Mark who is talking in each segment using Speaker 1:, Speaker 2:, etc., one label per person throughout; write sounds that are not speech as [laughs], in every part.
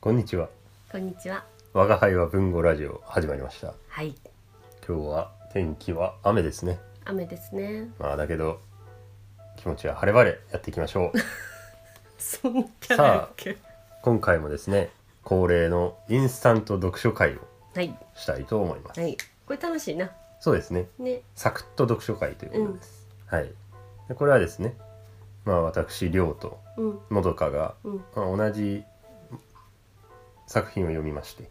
Speaker 1: こんにちは。
Speaker 2: こんにちは。
Speaker 1: 我が輩は文語ラジオ始まりました。
Speaker 2: はい。
Speaker 1: 今日は天気は雨ですね。
Speaker 2: 雨ですね。
Speaker 1: まあだけど気持ちは晴れ晴れやっていきま [laughs] しょう。
Speaker 2: そんなキ
Speaker 1: ャラだっ
Speaker 2: け。
Speaker 1: 今回もですね、恒例のインスタント読書会を
Speaker 2: はい。
Speaker 1: したいと思います。
Speaker 2: はい。これ楽しいな。
Speaker 1: そうですね。
Speaker 2: ね。
Speaker 1: サクッと読書会ということです。はい。でこれはですね、まあ私亮と
Speaker 2: うん。
Speaker 1: のどかが
Speaker 2: うん。
Speaker 1: まあ、同じ作品を読みまして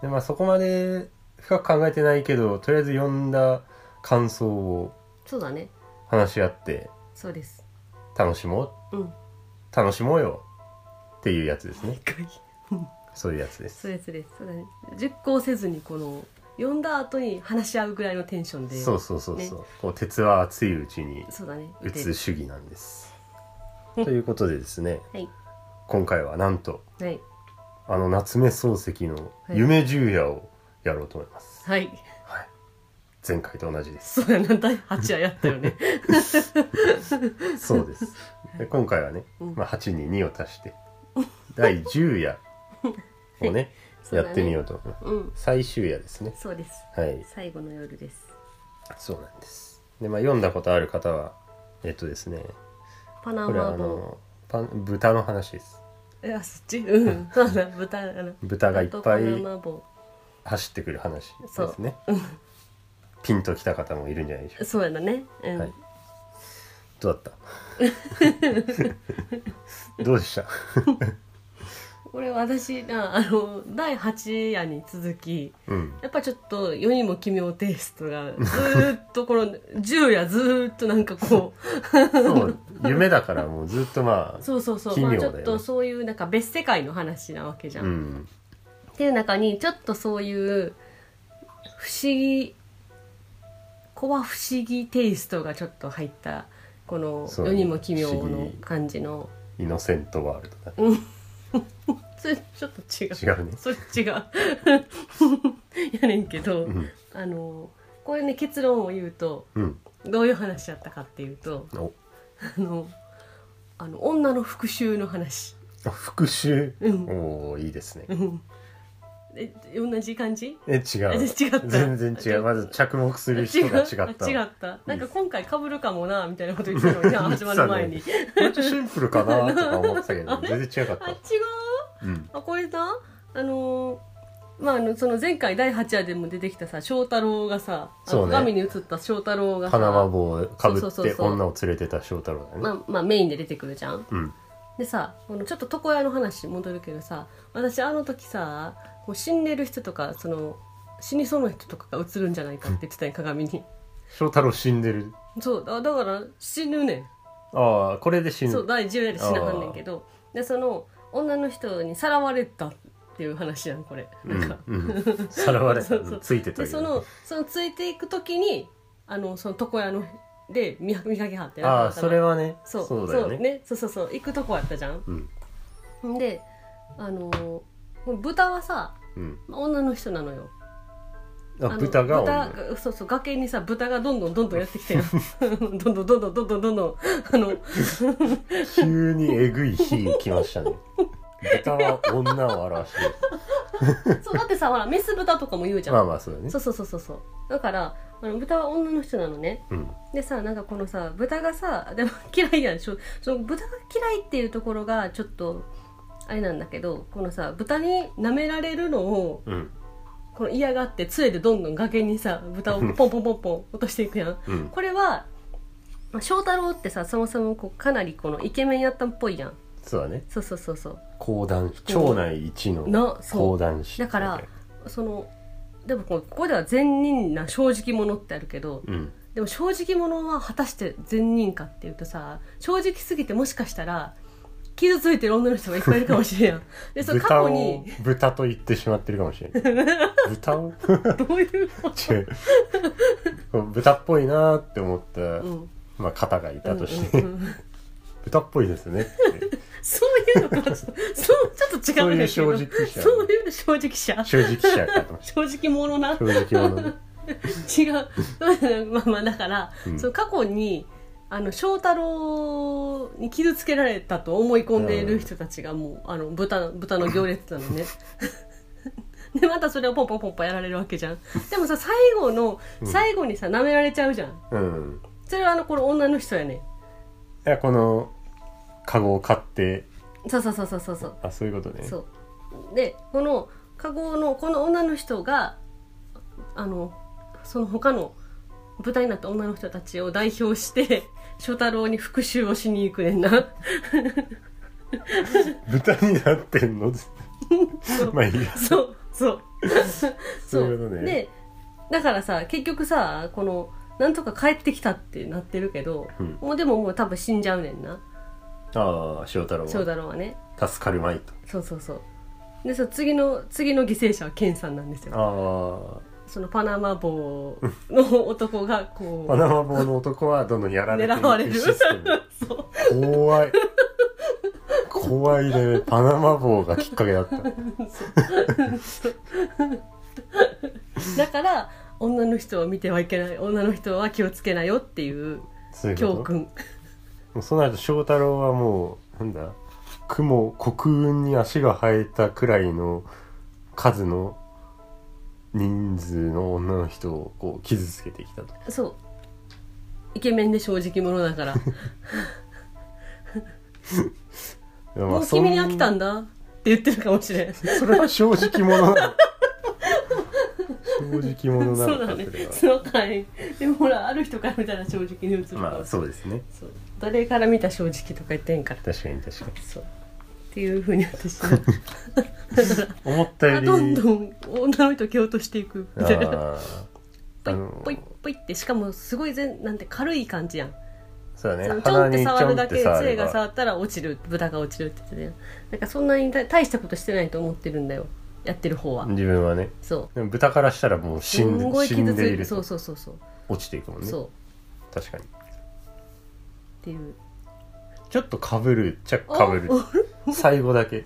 Speaker 1: で、まあ、そこまで深く考えてないけどとりあえず読んだ感想を
Speaker 2: そうだね。
Speaker 1: 話し合って
Speaker 2: そうです。
Speaker 1: 楽しも
Speaker 2: うん。
Speaker 1: う楽しもうよっていうやつですね
Speaker 2: うん
Speaker 1: そういうやつです
Speaker 2: そうです。そうです。そうだね。実行せずに、この。読んだ後に話し合うぐらいのテンションで。
Speaker 1: そうそうそうそう、
Speaker 2: ね
Speaker 1: こう鉄は熱いうちに
Speaker 2: そうだね。
Speaker 1: 打
Speaker 2: 打て
Speaker 1: つ
Speaker 2: る
Speaker 1: 主義なんですということでですね
Speaker 2: はい。
Speaker 1: 今回はなんと
Speaker 2: はい。
Speaker 1: あの夏目漱石の「夢十夜」をやろうと思います、
Speaker 2: はい。
Speaker 1: はい、前回と同じです
Speaker 2: そうだね。第八話やったよね。
Speaker 1: そうです。で今回はね、
Speaker 2: うん
Speaker 1: まあ8に2を足して第10夜
Speaker 2: [laughs]
Speaker 1: をね
Speaker 2: そう
Speaker 1: や
Speaker 2: だね
Speaker 1: ってみようと思う。
Speaker 2: うん。
Speaker 1: 最終夜ですね。
Speaker 2: そうです。
Speaker 1: はい、
Speaker 2: 最後の夜です。
Speaker 1: そうなんです。でまあ読んだことある方はえっとですね、
Speaker 2: パナ
Speaker 1: これは
Speaker 2: マ
Speaker 1: あ
Speaker 2: の。
Speaker 1: のパン豚の話です。
Speaker 2: いや、そっち。うん。そうだ。豚。あの。
Speaker 1: 豚がいっ
Speaker 2: と
Speaker 1: ぱい
Speaker 2: パナマ帽。
Speaker 1: 走ってくる話
Speaker 2: そ
Speaker 1: で
Speaker 2: う
Speaker 1: すね。 [laughs] ピンときた方もいるんじゃないでしょう
Speaker 2: そうやだね。うん。
Speaker 1: はいか。どうだ
Speaker 2: [laughs]
Speaker 1: った？どうでした？
Speaker 2: これ私なあの第8夜に続き
Speaker 1: うん。
Speaker 2: やっぱちょっと世にも奇妙テイストがずーっとこの10夜ずーっとなんかこ
Speaker 1: そう夢だからもうずっとま
Speaker 2: う
Speaker 1: あ、
Speaker 2: そうそうそう、
Speaker 1: 奇妙だ
Speaker 2: まあち
Speaker 1: よ
Speaker 2: ょ
Speaker 1: ね
Speaker 2: っとそういうなんか別世界の話なわけじゃん。
Speaker 1: う
Speaker 2: っ
Speaker 1: ん。
Speaker 2: ていう中にちょっとそういう不思議コア不思議テイストがちょっと入ったこの
Speaker 1: そう
Speaker 2: 世にも奇妙
Speaker 1: 不思
Speaker 2: の
Speaker 1: 議
Speaker 2: 感じの
Speaker 1: イノセントワールドだね
Speaker 2: それちょっと違う。
Speaker 1: 違うね
Speaker 2: [laughs] それ違うやねんけど、
Speaker 1: ん
Speaker 2: あのこれね結論を言うと
Speaker 1: うん
Speaker 2: どういう話やったかっていうと
Speaker 1: お
Speaker 2: あのあの女の復讐の話 [laughs]
Speaker 1: あ復讐、
Speaker 2: うん
Speaker 1: おおいいですね
Speaker 2: うんえ同じ感じ
Speaker 1: え違
Speaker 2: あ
Speaker 1: う
Speaker 2: 違った
Speaker 1: 全然違うまず着目する人が違った
Speaker 2: 違ったなんか今回かぶるかもなみたいなこと言って
Speaker 1: [laughs]
Speaker 2: たのにな始まる前に、
Speaker 1: 言めっちゃシンプルかなとか思ってたけ
Speaker 2: [laughs]
Speaker 1: ど全然違かっ
Speaker 2: あ違う
Speaker 1: た、うん、
Speaker 2: あこれだあのーまあ、あのその前回第8話でも出てきたさ翔太郎がさ、あ
Speaker 1: そう
Speaker 2: の
Speaker 1: ね
Speaker 2: 鏡に映った翔太郎が
Speaker 1: パ
Speaker 2: さ
Speaker 1: ナマ帽をかぶ
Speaker 2: そう
Speaker 1: っ
Speaker 2: そうそ
Speaker 1: て
Speaker 2: うそう
Speaker 1: 女を連れてた翔太郎だよね、
Speaker 2: まあ、まあメインで出てくるじゃん
Speaker 1: うん
Speaker 2: でさこのちょっと床屋の話戻るけどさ私あの時さもう死んでる人とかその死にそうな人とかが映るんじゃないかって言ってたんよ鏡に
Speaker 1: 翔太郎死んでる
Speaker 2: そうだだから死ぬね
Speaker 1: ああこれで死
Speaker 2: んそう
Speaker 1: ぬ
Speaker 2: 第10夜で死なはんねんけどでその女の人にさらわれたっていう話やんこれなんか、
Speaker 1: うんうん
Speaker 2: [laughs]
Speaker 1: さらわれた
Speaker 2: そうそう
Speaker 1: ついてたよ
Speaker 2: でそのそのついていく時にあのその床屋ので見見かけはって
Speaker 1: ああそれはね
Speaker 2: そう
Speaker 1: そうだよね
Speaker 2: そうねそうそうそう行くとこやったじゃん
Speaker 1: うん
Speaker 2: であのーこの豚はさ
Speaker 1: うん
Speaker 2: 女の人なのよ
Speaker 1: あ
Speaker 2: あの
Speaker 1: 豚が女
Speaker 2: 豚そうそう崖にさ豚がどんどんどんどんやってきてよどんどんどんどんどんどんどんどんあの
Speaker 1: 急にえぐい日来ましたね豚は女を表してる
Speaker 2: そうだってさほらメス豚とかも言うじゃん、
Speaker 1: まあまあそうだね
Speaker 2: そうそうそうそうそうだからあの豚は女の人なのね
Speaker 1: うん
Speaker 2: でさなんかこのさ豚がさでも嫌いやんしょその豚が嫌いっていうところがちょっとあれなんだけどこのさ豚に舐められるのを
Speaker 1: うん
Speaker 2: この嫌がって杖でどんどん崖にさ豚をポンポンポンポン落としていくやん
Speaker 1: うん
Speaker 2: これはまあ翔太郎ってさそもそもこうかなりこのイケメンやったっぽいやん
Speaker 1: そうだね
Speaker 2: そうそうそうそう
Speaker 1: 講談師町内一の
Speaker 2: なそう
Speaker 1: 講談師
Speaker 2: だからそのでもこうここでは善人な正直者ってあるけど
Speaker 1: うん
Speaker 2: でも正直者は果たして善人かっていうとさ正直すぎてもしかしたら傷ついてる女の人がいっぱいいるかもしれんやんでその過
Speaker 1: 豚
Speaker 2: 去
Speaker 1: を
Speaker 2: に
Speaker 1: 豚と言ってしまってるかもしれ
Speaker 2: [laughs]
Speaker 1: ない豚を
Speaker 2: どういうこ
Speaker 1: 違うこう豚っぽいなーって思った、
Speaker 2: と、うん
Speaker 1: まあ、方がいたとして、
Speaker 2: うんうんうん
Speaker 1: 豚っぽいですねって
Speaker 2: そういうのかちょっとそうちょっと違うんだけど
Speaker 1: そういう正直者
Speaker 2: そういう正直者
Speaker 1: 正直者かと思っ
Speaker 2: 正直者な
Speaker 1: た正直者ね
Speaker 2: 違うまあまあだから、
Speaker 1: うん
Speaker 2: その過去にあの翔太郎に傷つけられたと思い込んでいる人たちがもうあの豚の豚の行列なの [laughs] ねでまたそれをポンポンポンポンやられるわけじゃんでもさ最後の最後にさ舐められちゃうじゃん
Speaker 1: うん
Speaker 2: それはあのこれ女の人やね
Speaker 1: いやこのカゴを買って
Speaker 2: そうそうそうそうそうそう
Speaker 1: あそういうことねう
Speaker 2: そうでこのカゴのこの女の人があのその他の舞台になった女の人たちを代表して [laughs] 翔太郎に復讐をしに行くねんな [laughs]
Speaker 1: 豚になってん
Speaker 2: [laughs]
Speaker 1: の
Speaker 2: そう
Speaker 1: まあいいや
Speaker 2: そうそう
Speaker 1: [laughs] そういうことね
Speaker 2: でだからさ結局さこのなんとか帰ってきたってなってるけど、
Speaker 1: うん
Speaker 2: もうでももう多分死んじゃうねんな
Speaker 1: ああ翔太郎
Speaker 2: 翔
Speaker 1: は
Speaker 2: 太郎はね
Speaker 1: 助かるまいと
Speaker 2: そうそうそうでさ次の次の犠牲者は健さんなんですよ
Speaker 1: あ
Speaker 2: そのパナマ帽の男がこ
Speaker 1: あ
Speaker 2: う
Speaker 1: パナマ帽の男はどんどんやられてい
Speaker 2: 狙われる
Speaker 1: くシステム
Speaker 2: そう
Speaker 1: 怖い怖いねパナマ帽がきっかけだった
Speaker 2: だから女の人を見てはいけない女の人は気をつけなよっていう
Speaker 1: そういうこ
Speaker 2: 教
Speaker 1: と
Speaker 2: 訓
Speaker 1: もうその後翔太郎はもうなんだ雲黒雲に足が生えたくらいの数の人数の女の人をこう傷つけてきたと
Speaker 2: そうイケメンで正直者だからもう君に飽きたん
Speaker 1: だ
Speaker 2: だって言ってるかもしれん
Speaker 1: それは正直者なの正直者な
Speaker 2: そ
Speaker 1: の
Speaker 2: う
Speaker 1: か
Speaker 2: だ
Speaker 1: そ
Speaker 2: ね
Speaker 1: れは
Speaker 2: そうかいでもほらある人から見たら正直に映るから、
Speaker 1: まあそうですね
Speaker 2: そう誰から見た正直とか言ってんから
Speaker 1: 確かに確かに
Speaker 2: そうっていうふうに私
Speaker 1: [laughs]
Speaker 2: は [laughs] だから
Speaker 1: 思ったより
Speaker 2: どんどん女の人を蹴落としていくみたいな
Speaker 1: あ
Speaker 2: ポ
Speaker 1: あ
Speaker 2: イ
Speaker 1: の
Speaker 2: ポイポイってしかもすごい全なんて軽い感じやん、
Speaker 1: ーそうだ
Speaker 2: そ
Speaker 1: ね
Speaker 2: のちょんって触
Speaker 1: 鼻
Speaker 2: る
Speaker 1: にちょん
Speaker 2: だ
Speaker 1: って
Speaker 2: けで
Speaker 1: 触れ
Speaker 2: 杖が
Speaker 1: ば
Speaker 2: 触ったら落ちる豚が落ちるって言ってたよなんかそんなに大大したことしてないと思ってるんだよやってる方は、
Speaker 1: 自分はね
Speaker 2: そう
Speaker 1: でも豚からしたらもう死
Speaker 2: す
Speaker 1: ん
Speaker 2: んご
Speaker 1: で
Speaker 2: い
Speaker 1: 死
Speaker 2: 傷
Speaker 1: ん
Speaker 2: つ
Speaker 1: で
Speaker 2: い
Speaker 1: い
Speaker 2: て
Speaker 1: る
Speaker 2: そう
Speaker 1: と
Speaker 2: そうそうそう、
Speaker 1: 落ちていくもんね
Speaker 2: そうっ
Speaker 1: 確かに
Speaker 2: ていう
Speaker 1: ちょっとかぶるっちゃかぶる最後だけ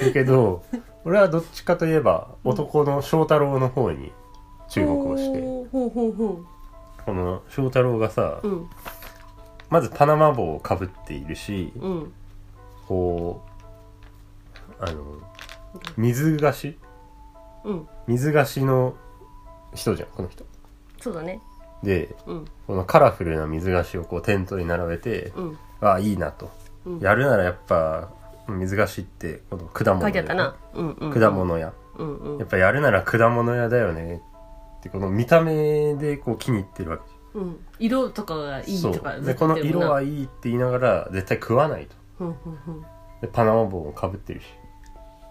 Speaker 1: だけど俺はどっちかといえば男の翔太郎の方に注目をして
Speaker 2: ほうほうほうほ
Speaker 1: この翔太郎がさ
Speaker 2: ううん
Speaker 1: まずパナマ帽をかぶっているし
Speaker 2: うん
Speaker 1: こうあの水菓子
Speaker 2: うん
Speaker 1: 水菓子の人じゃんこの人
Speaker 2: そうだね
Speaker 1: で
Speaker 2: うん
Speaker 1: このカラフルな水菓子をこうテントに並べて
Speaker 2: うん
Speaker 1: あいいなと
Speaker 2: うん
Speaker 1: やるならやっぱ水菓子ってこの果物
Speaker 2: 書い
Speaker 1: だ
Speaker 2: てあ
Speaker 1: よ
Speaker 2: っ
Speaker 1: ね
Speaker 2: たな、うんうんうん、
Speaker 1: 果物屋
Speaker 2: うんうん
Speaker 1: やっぱやるなら果物屋だよねってこの見た目でこう気に入ってるわけ
Speaker 2: うん、色とかがいい
Speaker 1: そ
Speaker 2: と
Speaker 1: う
Speaker 2: か
Speaker 1: でこの色はい
Speaker 2: い、
Speaker 1: いって言いながら絶対食わないと
Speaker 2: うんうん
Speaker 1: でパナマ帽もかぶってるし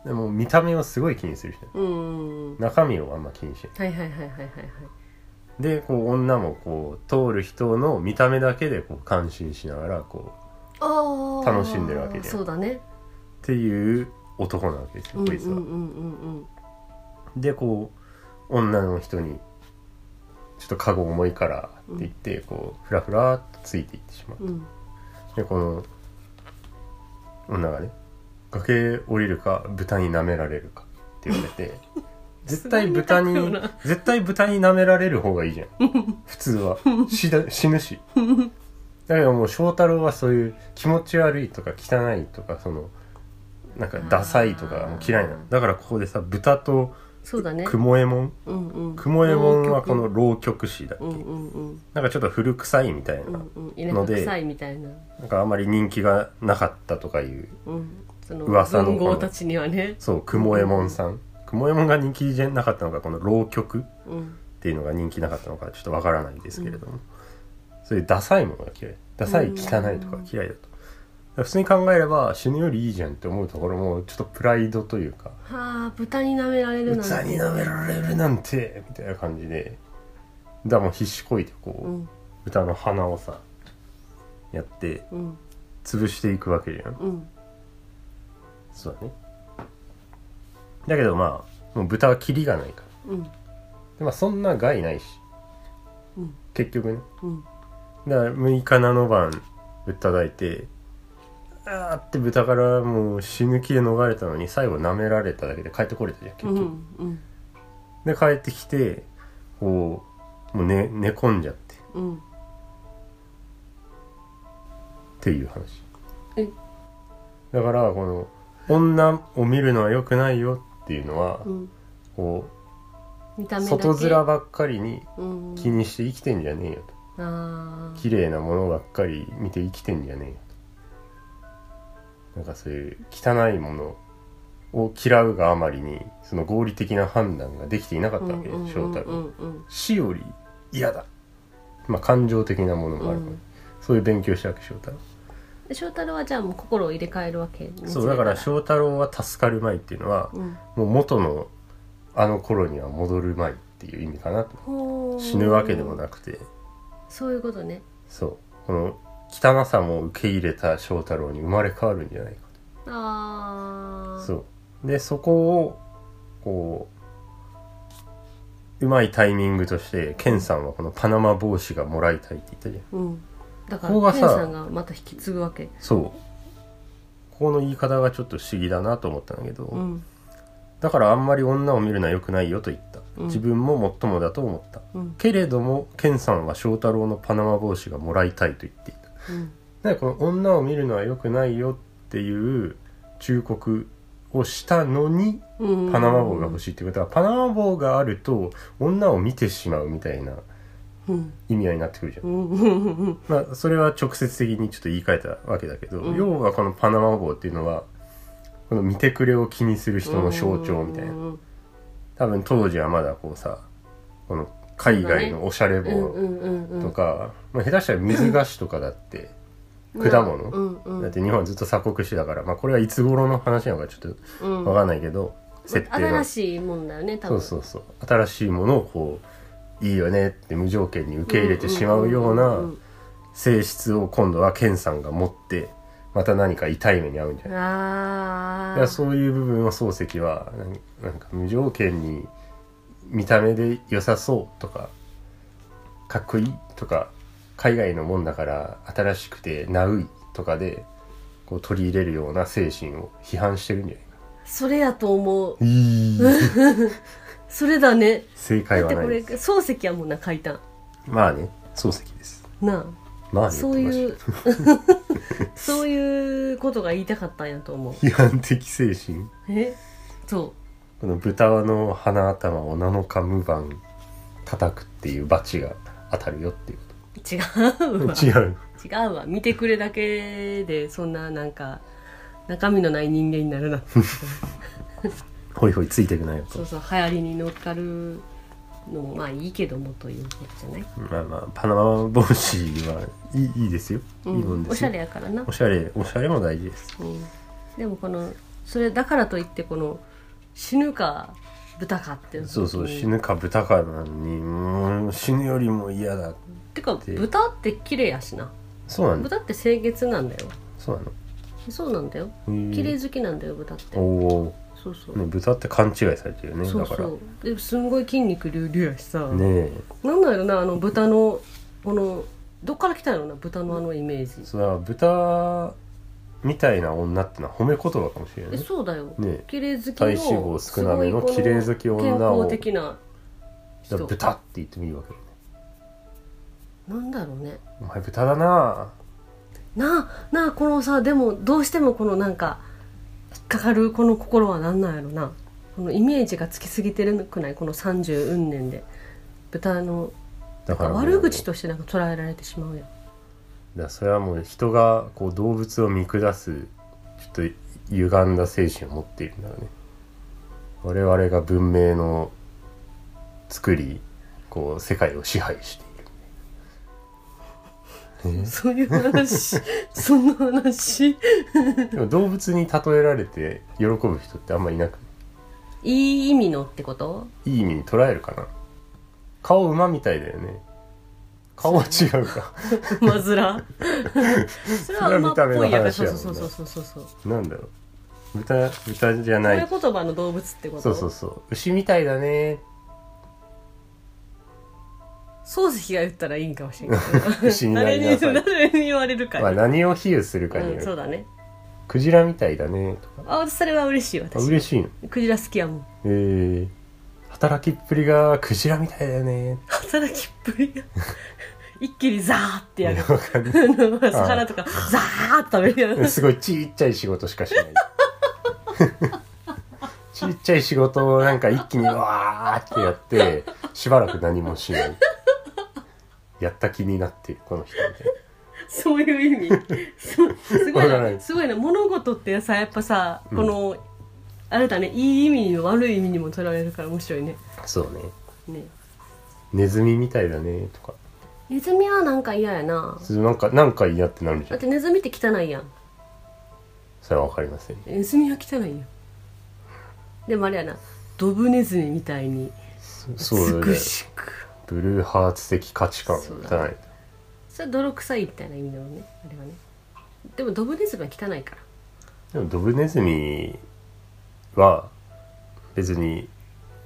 Speaker 1: でもう見た目をすごい気にする人
Speaker 2: うん、うん
Speaker 1: 中身をあんま気にしない
Speaker 2: はいはいはいはいはいはい
Speaker 1: でこう女もこう通る人の見た目だけでこう感心しながらこう
Speaker 2: あー
Speaker 1: 楽しんでるわけで
Speaker 2: そうだね
Speaker 1: っていう男なわけです
Speaker 2: う
Speaker 1: よ
Speaker 2: んう
Speaker 1: こ
Speaker 2: ん
Speaker 1: いうつは。
Speaker 2: んうん
Speaker 1: でこう女の人に「ちょっとカゴ重いから」って言って、こうフラフラっとついていってしまう
Speaker 2: うんうん
Speaker 1: でこの女がね「崖降りるか豚に舐められるか」って言われて
Speaker 2: [laughs]
Speaker 1: 絶対豚
Speaker 2: すごい
Speaker 1: に
Speaker 2: 似たよ
Speaker 1: 絶対豚に舐められる方が
Speaker 2: [laughs]
Speaker 1: いいじゃん普通は死だ死ぬしだけどもう翔太郎はそういう気持ち悪いとか汚いとかそのなんかダサいとかもう嫌いなのだからここでさ豚と
Speaker 2: そうだね
Speaker 1: クモエモン
Speaker 2: うんうん
Speaker 1: クモエモンはこの浪曲師だっけ、
Speaker 2: うんうんうん
Speaker 1: なんかちょっと古臭いみたい
Speaker 2: うん
Speaker 1: な、
Speaker 2: うん田舎臭いみたいな、
Speaker 1: なんかあまり人気がなかったとかいう
Speaker 2: うん、その
Speaker 1: 噂の
Speaker 2: 文豪たちにはね
Speaker 1: そうクモエモンさんクモエモンが人気じゃなかったのかこの浪曲っ
Speaker 2: うん
Speaker 1: ていうのが人気なかったのかちょっとわからないですけれども、そういうダサいものが嫌いダサい汚いとか嫌いだと、だから普通に考えれば死ぬよりいいじゃんって思うところもちょっとプライドというか
Speaker 2: はあ豚に舐められる
Speaker 1: 器
Speaker 2: なんて
Speaker 1: に舐められるなんてみたいな感じでだからもう必死こいてこう、
Speaker 2: うん
Speaker 1: 豚の鼻をさやって
Speaker 2: うん
Speaker 1: 潰していくわけじゃん
Speaker 2: うん
Speaker 1: そうだねだけどまあもう豚はキリがないから
Speaker 2: うん
Speaker 1: で、まあ、そんな害ないし
Speaker 2: うん
Speaker 1: 結局ね
Speaker 2: うん
Speaker 1: だから6日7番ぶったたいてあーって豚からもう死ぬ気で逃れたのに最後舐められただけで帰ってこれたじゃん結
Speaker 2: う
Speaker 1: 局、
Speaker 2: んうん
Speaker 1: で帰ってきてこうもう、ね、寝込んじゃって
Speaker 2: うん
Speaker 1: っていう話
Speaker 2: え
Speaker 1: だからこの女を見るのは良くないよっていうのは、
Speaker 2: うん、
Speaker 1: こ
Speaker 2: 見た
Speaker 1: う
Speaker 2: 目だけ
Speaker 1: 外面ばっかりに
Speaker 2: うん、
Speaker 1: 気にして生きてんじゃねえよと
Speaker 2: あー
Speaker 1: 綺麗なものばっかり見て生きてんじゃねえよとなんかそういう汚いものを嫌うがあまりにその合理的な判断ができていなかったわけ、
Speaker 2: うんうん
Speaker 1: 翔太
Speaker 2: う
Speaker 1: 郎
Speaker 2: んうん
Speaker 1: 死より嫌だまあ感情的なものもあるから、
Speaker 2: うん
Speaker 1: そういう勉強したわけ翔太郎
Speaker 2: で翔太郎はじゃあもう心を入れ替えるわけね
Speaker 1: そうだから翔太郎は助かるまいっていうのは、
Speaker 2: うん
Speaker 1: もう元のあの頃には戻るまいっていう意味かなと
Speaker 2: ほー
Speaker 1: 死ぬわけでもなくて、
Speaker 2: そういうことね
Speaker 1: そうこの汚さも受け入れた翔太郎に生まれ変わるんじゃないか
Speaker 2: あ
Speaker 1: と
Speaker 2: あ
Speaker 1: そうでそこをこううまいタイミングとして健さんはこのパナマ帽子がもらいたいって言ったじゃん
Speaker 2: う、ん、だか
Speaker 1: ここが
Speaker 2: らケ
Speaker 1: さ
Speaker 2: ンさんがまた引き継ぐわけ
Speaker 1: そうここの言い方がちょっと不思議だなと思ったんだけど、
Speaker 2: うん
Speaker 1: だからあんまり女を見るのは良くないよと言った、
Speaker 2: うん
Speaker 1: 自分ももっともだと思った、
Speaker 2: うん
Speaker 1: けれどもケンさんは翔太郎のパナマ帽子がもらいたいと言っていた
Speaker 2: うん
Speaker 1: だからこの女を見るのは良くないよっていう忠告をしたのに
Speaker 2: うん
Speaker 1: パナマ帽が欲しいってことは、パナマ帽があると女を見てしまうみたいな
Speaker 2: うん
Speaker 1: 意味合いになってくるじゃん、
Speaker 2: うんうんうん
Speaker 1: まあ、それは直接的にちょっと言い換えたわけだけど、
Speaker 2: うん
Speaker 1: 要はこのパナマ帽っていうのはこの見てくれを気にする人の象徴みたいな、
Speaker 2: うん
Speaker 1: 多分当時はまだこうさこの海外のおしゃれ
Speaker 2: うんう
Speaker 1: 帽
Speaker 2: んうんうん
Speaker 1: とか、まあ、下手したら水菓子とかだって果物
Speaker 2: うんうん
Speaker 1: だって日本はずっと鎖国してたから、まあ、これはいつ頃の話なのかちょっとわかんないけど、設定
Speaker 2: 新
Speaker 1: が
Speaker 2: しいもんだよね多
Speaker 1: そう
Speaker 2: 分
Speaker 1: そうそう新しいものをこういいよねって無条件に受け入れてしまうようんな性質を今度はケンさんが持ってまた何か痛い目に遭うんじゃ
Speaker 2: うん
Speaker 1: ない
Speaker 2: あ
Speaker 1: だ
Speaker 2: あ
Speaker 1: からそういう部分を漱石はなんなんか無条件に見た目で良さそうとかかっこいいとか海外のもんだから新しくてナウいとかでこう取り入れるような精神を批判してるんじゃないか
Speaker 2: それやと思う
Speaker 1: いい
Speaker 2: それだね
Speaker 1: 正解
Speaker 2: だ
Speaker 1: は
Speaker 2: って
Speaker 1: な
Speaker 2: こ
Speaker 1: い
Speaker 2: れ
Speaker 1: です
Speaker 2: 漱石やもんな書いたん
Speaker 1: まあね漱石です
Speaker 2: な
Speaker 1: まあ
Speaker 2: あ
Speaker 1: ね
Speaker 2: そうい
Speaker 1: って
Speaker 2: うそういうことが言いたかったんやと思う
Speaker 1: 話批判的精神
Speaker 2: えそ
Speaker 1: この豚の鼻頭を7日無番叩くっていう罰が当たるよっていうこ
Speaker 2: う違うわ
Speaker 1: と違う [laughs]
Speaker 2: 違うわ見てくれだけでそんななんか中身のない人間になるな
Speaker 1: ほいほいついてくなよと
Speaker 2: そうそう流行りに乗っかるのもまあいいけどもということじゃない、
Speaker 1: まあまあパナマ帽子はいいいいですよ、
Speaker 2: うん
Speaker 1: いいもんですよ
Speaker 2: おしゃれやからな
Speaker 1: お、しゃれおしゃれも大事です
Speaker 2: うん、でもこのそれだからといってこの死ぬか豚かってい
Speaker 1: そうそう死
Speaker 2: ぬ
Speaker 1: ぬか豚かなのにうーん死ぬよりも嫌だ
Speaker 2: てか豚って綺麗やしな
Speaker 1: そうなんだ
Speaker 2: 豚って清潔なんだよ
Speaker 1: そうなの
Speaker 2: そうなんだよ
Speaker 1: へー
Speaker 2: 綺麗好きなんだよ豚って
Speaker 1: おお
Speaker 2: そうそう、
Speaker 1: ー、ね、豚って勘違いされてるよね
Speaker 2: そう
Speaker 1: だか
Speaker 2: そ
Speaker 1: ら
Speaker 2: うですんごい筋肉隆々やしさ、
Speaker 1: ねえ
Speaker 2: なんだろうなあの豚のこのどっから来たんやろな豚のあのイメージ、
Speaker 1: それは豚みたいな女ってのは褒め言葉かもしれない
Speaker 2: え
Speaker 1: ね
Speaker 2: そうだよ、
Speaker 1: ね
Speaker 2: 綺麗好き
Speaker 1: 体
Speaker 2: の
Speaker 1: 脂肪少なめの
Speaker 2: すごい
Speaker 1: 綺
Speaker 2: こ
Speaker 1: 麗好き女を
Speaker 2: 健康的な
Speaker 1: だから
Speaker 2: 人
Speaker 1: 豚って言ってもいいわけよね
Speaker 2: なんだろうね
Speaker 1: お前豚だな
Speaker 2: なあなあこのさでもどうしてもこのなんか引っかかるこの心はなんなんやろなこのイメージがつきすぎてるくないこの30運年で豚の
Speaker 1: だからもう
Speaker 2: 悪口としてなんか捉えられてしまうや
Speaker 1: だ
Speaker 2: ん
Speaker 1: からそれはもう人がこう動物を見下すちょっと歪んだ精神を持っているんだろうね我々が文明の作りこう世界を支配している、ね
Speaker 2: そういう話そんな話
Speaker 1: でも動物に例えられて喜ぶ人ってあんまりいなく
Speaker 2: いい意味のってこと
Speaker 1: いい意味に捉えるかな顔馬みたいだよね顔は違うか [laughs]
Speaker 2: 馬面それは馬っぽいやから
Speaker 1: そ
Speaker 2: そ
Speaker 1: れは
Speaker 2: う
Speaker 1: 見た目の話やもんな
Speaker 2: そうそうそうそうそう
Speaker 1: なんだろう豚豚じゃない
Speaker 2: 親言葉の動物ってこと
Speaker 1: そうそうそう牛みたいだね
Speaker 2: 漱石が言ったらいいんかもし
Speaker 1: [laughs]
Speaker 2: れない
Speaker 1: 牛にな
Speaker 2: 誰
Speaker 1: り
Speaker 2: に
Speaker 1: なさい
Speaker 2: 誰に言われるか
Speaker 1: まあ、
Speaker 2: よ、
Speaker 1: 何を比喩するかに
Speaker 2: う
Speaker 1: よ
Speaker 2: ん、
Speaker 1: る、
Speaker 2: そうだね
Speaker 1: クジラみたいだねとか
Speaker 2: あそれは嬉しい
Speaker 1: あ
Speaker 2: 私
Speaker 1: 嬉しいの
Speaker 2: クジラ好きやもん
Speaker 1: えー、働きっぷりがクジラみたいだよね [laughs]
Speaker 2: 働きっぷりが一気にザーってやる
Speaker 1: わかんない
Speaker 2: 魚とかザーって食べるやる
Speaker 1: すごいちっちゃい仕事しかしない [laughs] ちっちゃい仕事をなんか一気にわーってやってしばらく何もしないやった気になってこの人みたいな
Speaker 2: そういう意味
Speaker 1: [laughs]
Speaker 2: そうすごい
Speaker 1: わからない
Speaker 2: なすごいな物事ってさやっぱさこの、あれだねいい意味にも悪い意味にも取られるから面白いね
Speaker 1: そうね
Speaker 2: ね
Speaker 1: ネズミみたいだねとか
Speaker 2: ネズミはなんか嫌やな
Speaker 1: それなんかなんか嫌ってなるじ
Speaker 2: だ
Speaker 1: ゃ
Speaker 2: っ
Speaker 1: ん
Speaker 2: てネズミって汚いやん
Speaker 1: それはわかりませんね
Speaker 2: ネズミは汚いよでもあれやなドブネズミみたいに
Speaker 1: そうだ
Speaker 2: 美
Speaker 1: ね
Speaker 2: しく
Speaker 1: ブルーハーツ的価値観
Speaker 2: そう
Speaker 1: じゃない
Speaker 2: それは泥臭いみたいな意味だもんねあれはねでもドブネズミは汚いから
Speaker 1: でもドブネズミは別に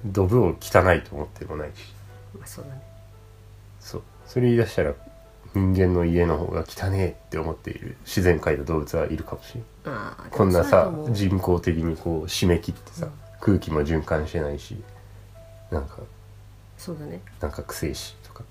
Speaker 1: ドブを汚いと思ってもないし
Speaker 2: まあそうだね
Speaker 1: そうそれ言い出したら人間の家の方が汚ねえって思っている自然界の動物はいるかもしれない
Speaker 2: ああ
Speaker 1: こんなさ
Speaker 2: でもそうやと思う
Speaker 1: 人工的にこう締め切ってさ、空気も循環してないしなんか
Speaker 2: そうだね [laughs]
Speaker 1: なんか臭いしとか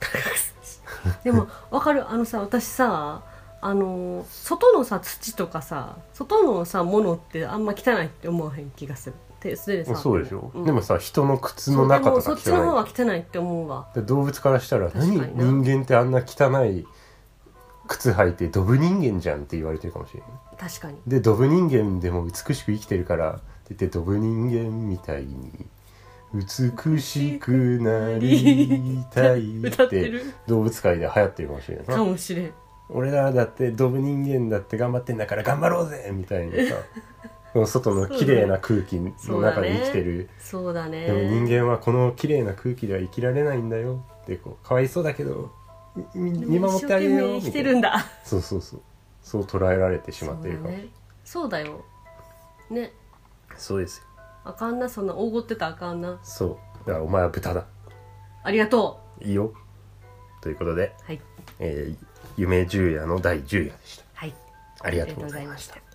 Speaker 2: でもわかるあのさ私さあの外のさ土とかさ外のさものってあんま汚いって思わへん気がするで素手でさ
Speaker 1: そうでしょ、
Speaker 2: ん
Speaker 1: でもさ人の靴
Speaker 2: そ
Speaker 1: の
Speaker 2: うで
Speaker 1: 中と
Speaker 2: も
Speaker 1: か
Speaker 2: そ
Speaker 1: 汚
Speaker 2: っちの方
Speaker 1: い
Speaker 2: は汚いって思うわ
Speaker 1: で動物からしたら「
Speaker 2: 確か
Speaker 1: 何
Speaker 2: にな
Speaker 1: 人間ってあんな汚い靴履いてドブ人間じゃん」って言われてるかもしれない
Speaker 2: 確かに
Speaker 1: でドブ人間でも美しく生きてるからって言ってドブ人間みたいに美しくなりたい
Speaker 2: 歌
Speaker 1: っ
Speaker 2: って
Speaker 1: て
Speaker 2: る
Speaker 1: 動物界で流行ってるかもしれない
Speaker 2: か
Speaker 1: な
Speaker 2: もしれん
Speaker 1: 俺らだってドブ人間だって頑張ってんだから頑張ろうぜみたいな
Speaker 2: [laughs]
Speaker 1: さこの外の綺麗な空気の中で生きてる、
Speaker 2: そうだね
Speaker 1: でも人間はこの綺麗な空気では生きられないんだよってこうかわいそうだけどみ
Speaker 2: で
Speaker 1: 見
Speaker 2: も
Speaker 1: 守ってあげよう
Speaker 2: 一生懸命生
Speaker 1: み
Speaker 2: き
Speaker 1: た
Speaker 2: て
Speaker 1: い
Speaker 2: るん
Speaker 1: な
Speaker 2: だ
Speaker 1: そうそうそうそう捉えられてしまってるかもしれない
Speaker 2: そうだねそうだよね
Speaker 1: そうですよ
Speaker 2: あかんなそんなおごってたらあかんな
Speaker 1: そうだからお前は豚だ
Speaker 2: ありがと
Speaker 1: いいよということで、
Speaker 2: うはい
Speaker 1: えー夢十夜の第10夜でし
Speaker 2: はい
Speaker 1: たありがとうございました
Speaker 2: ありがとうございました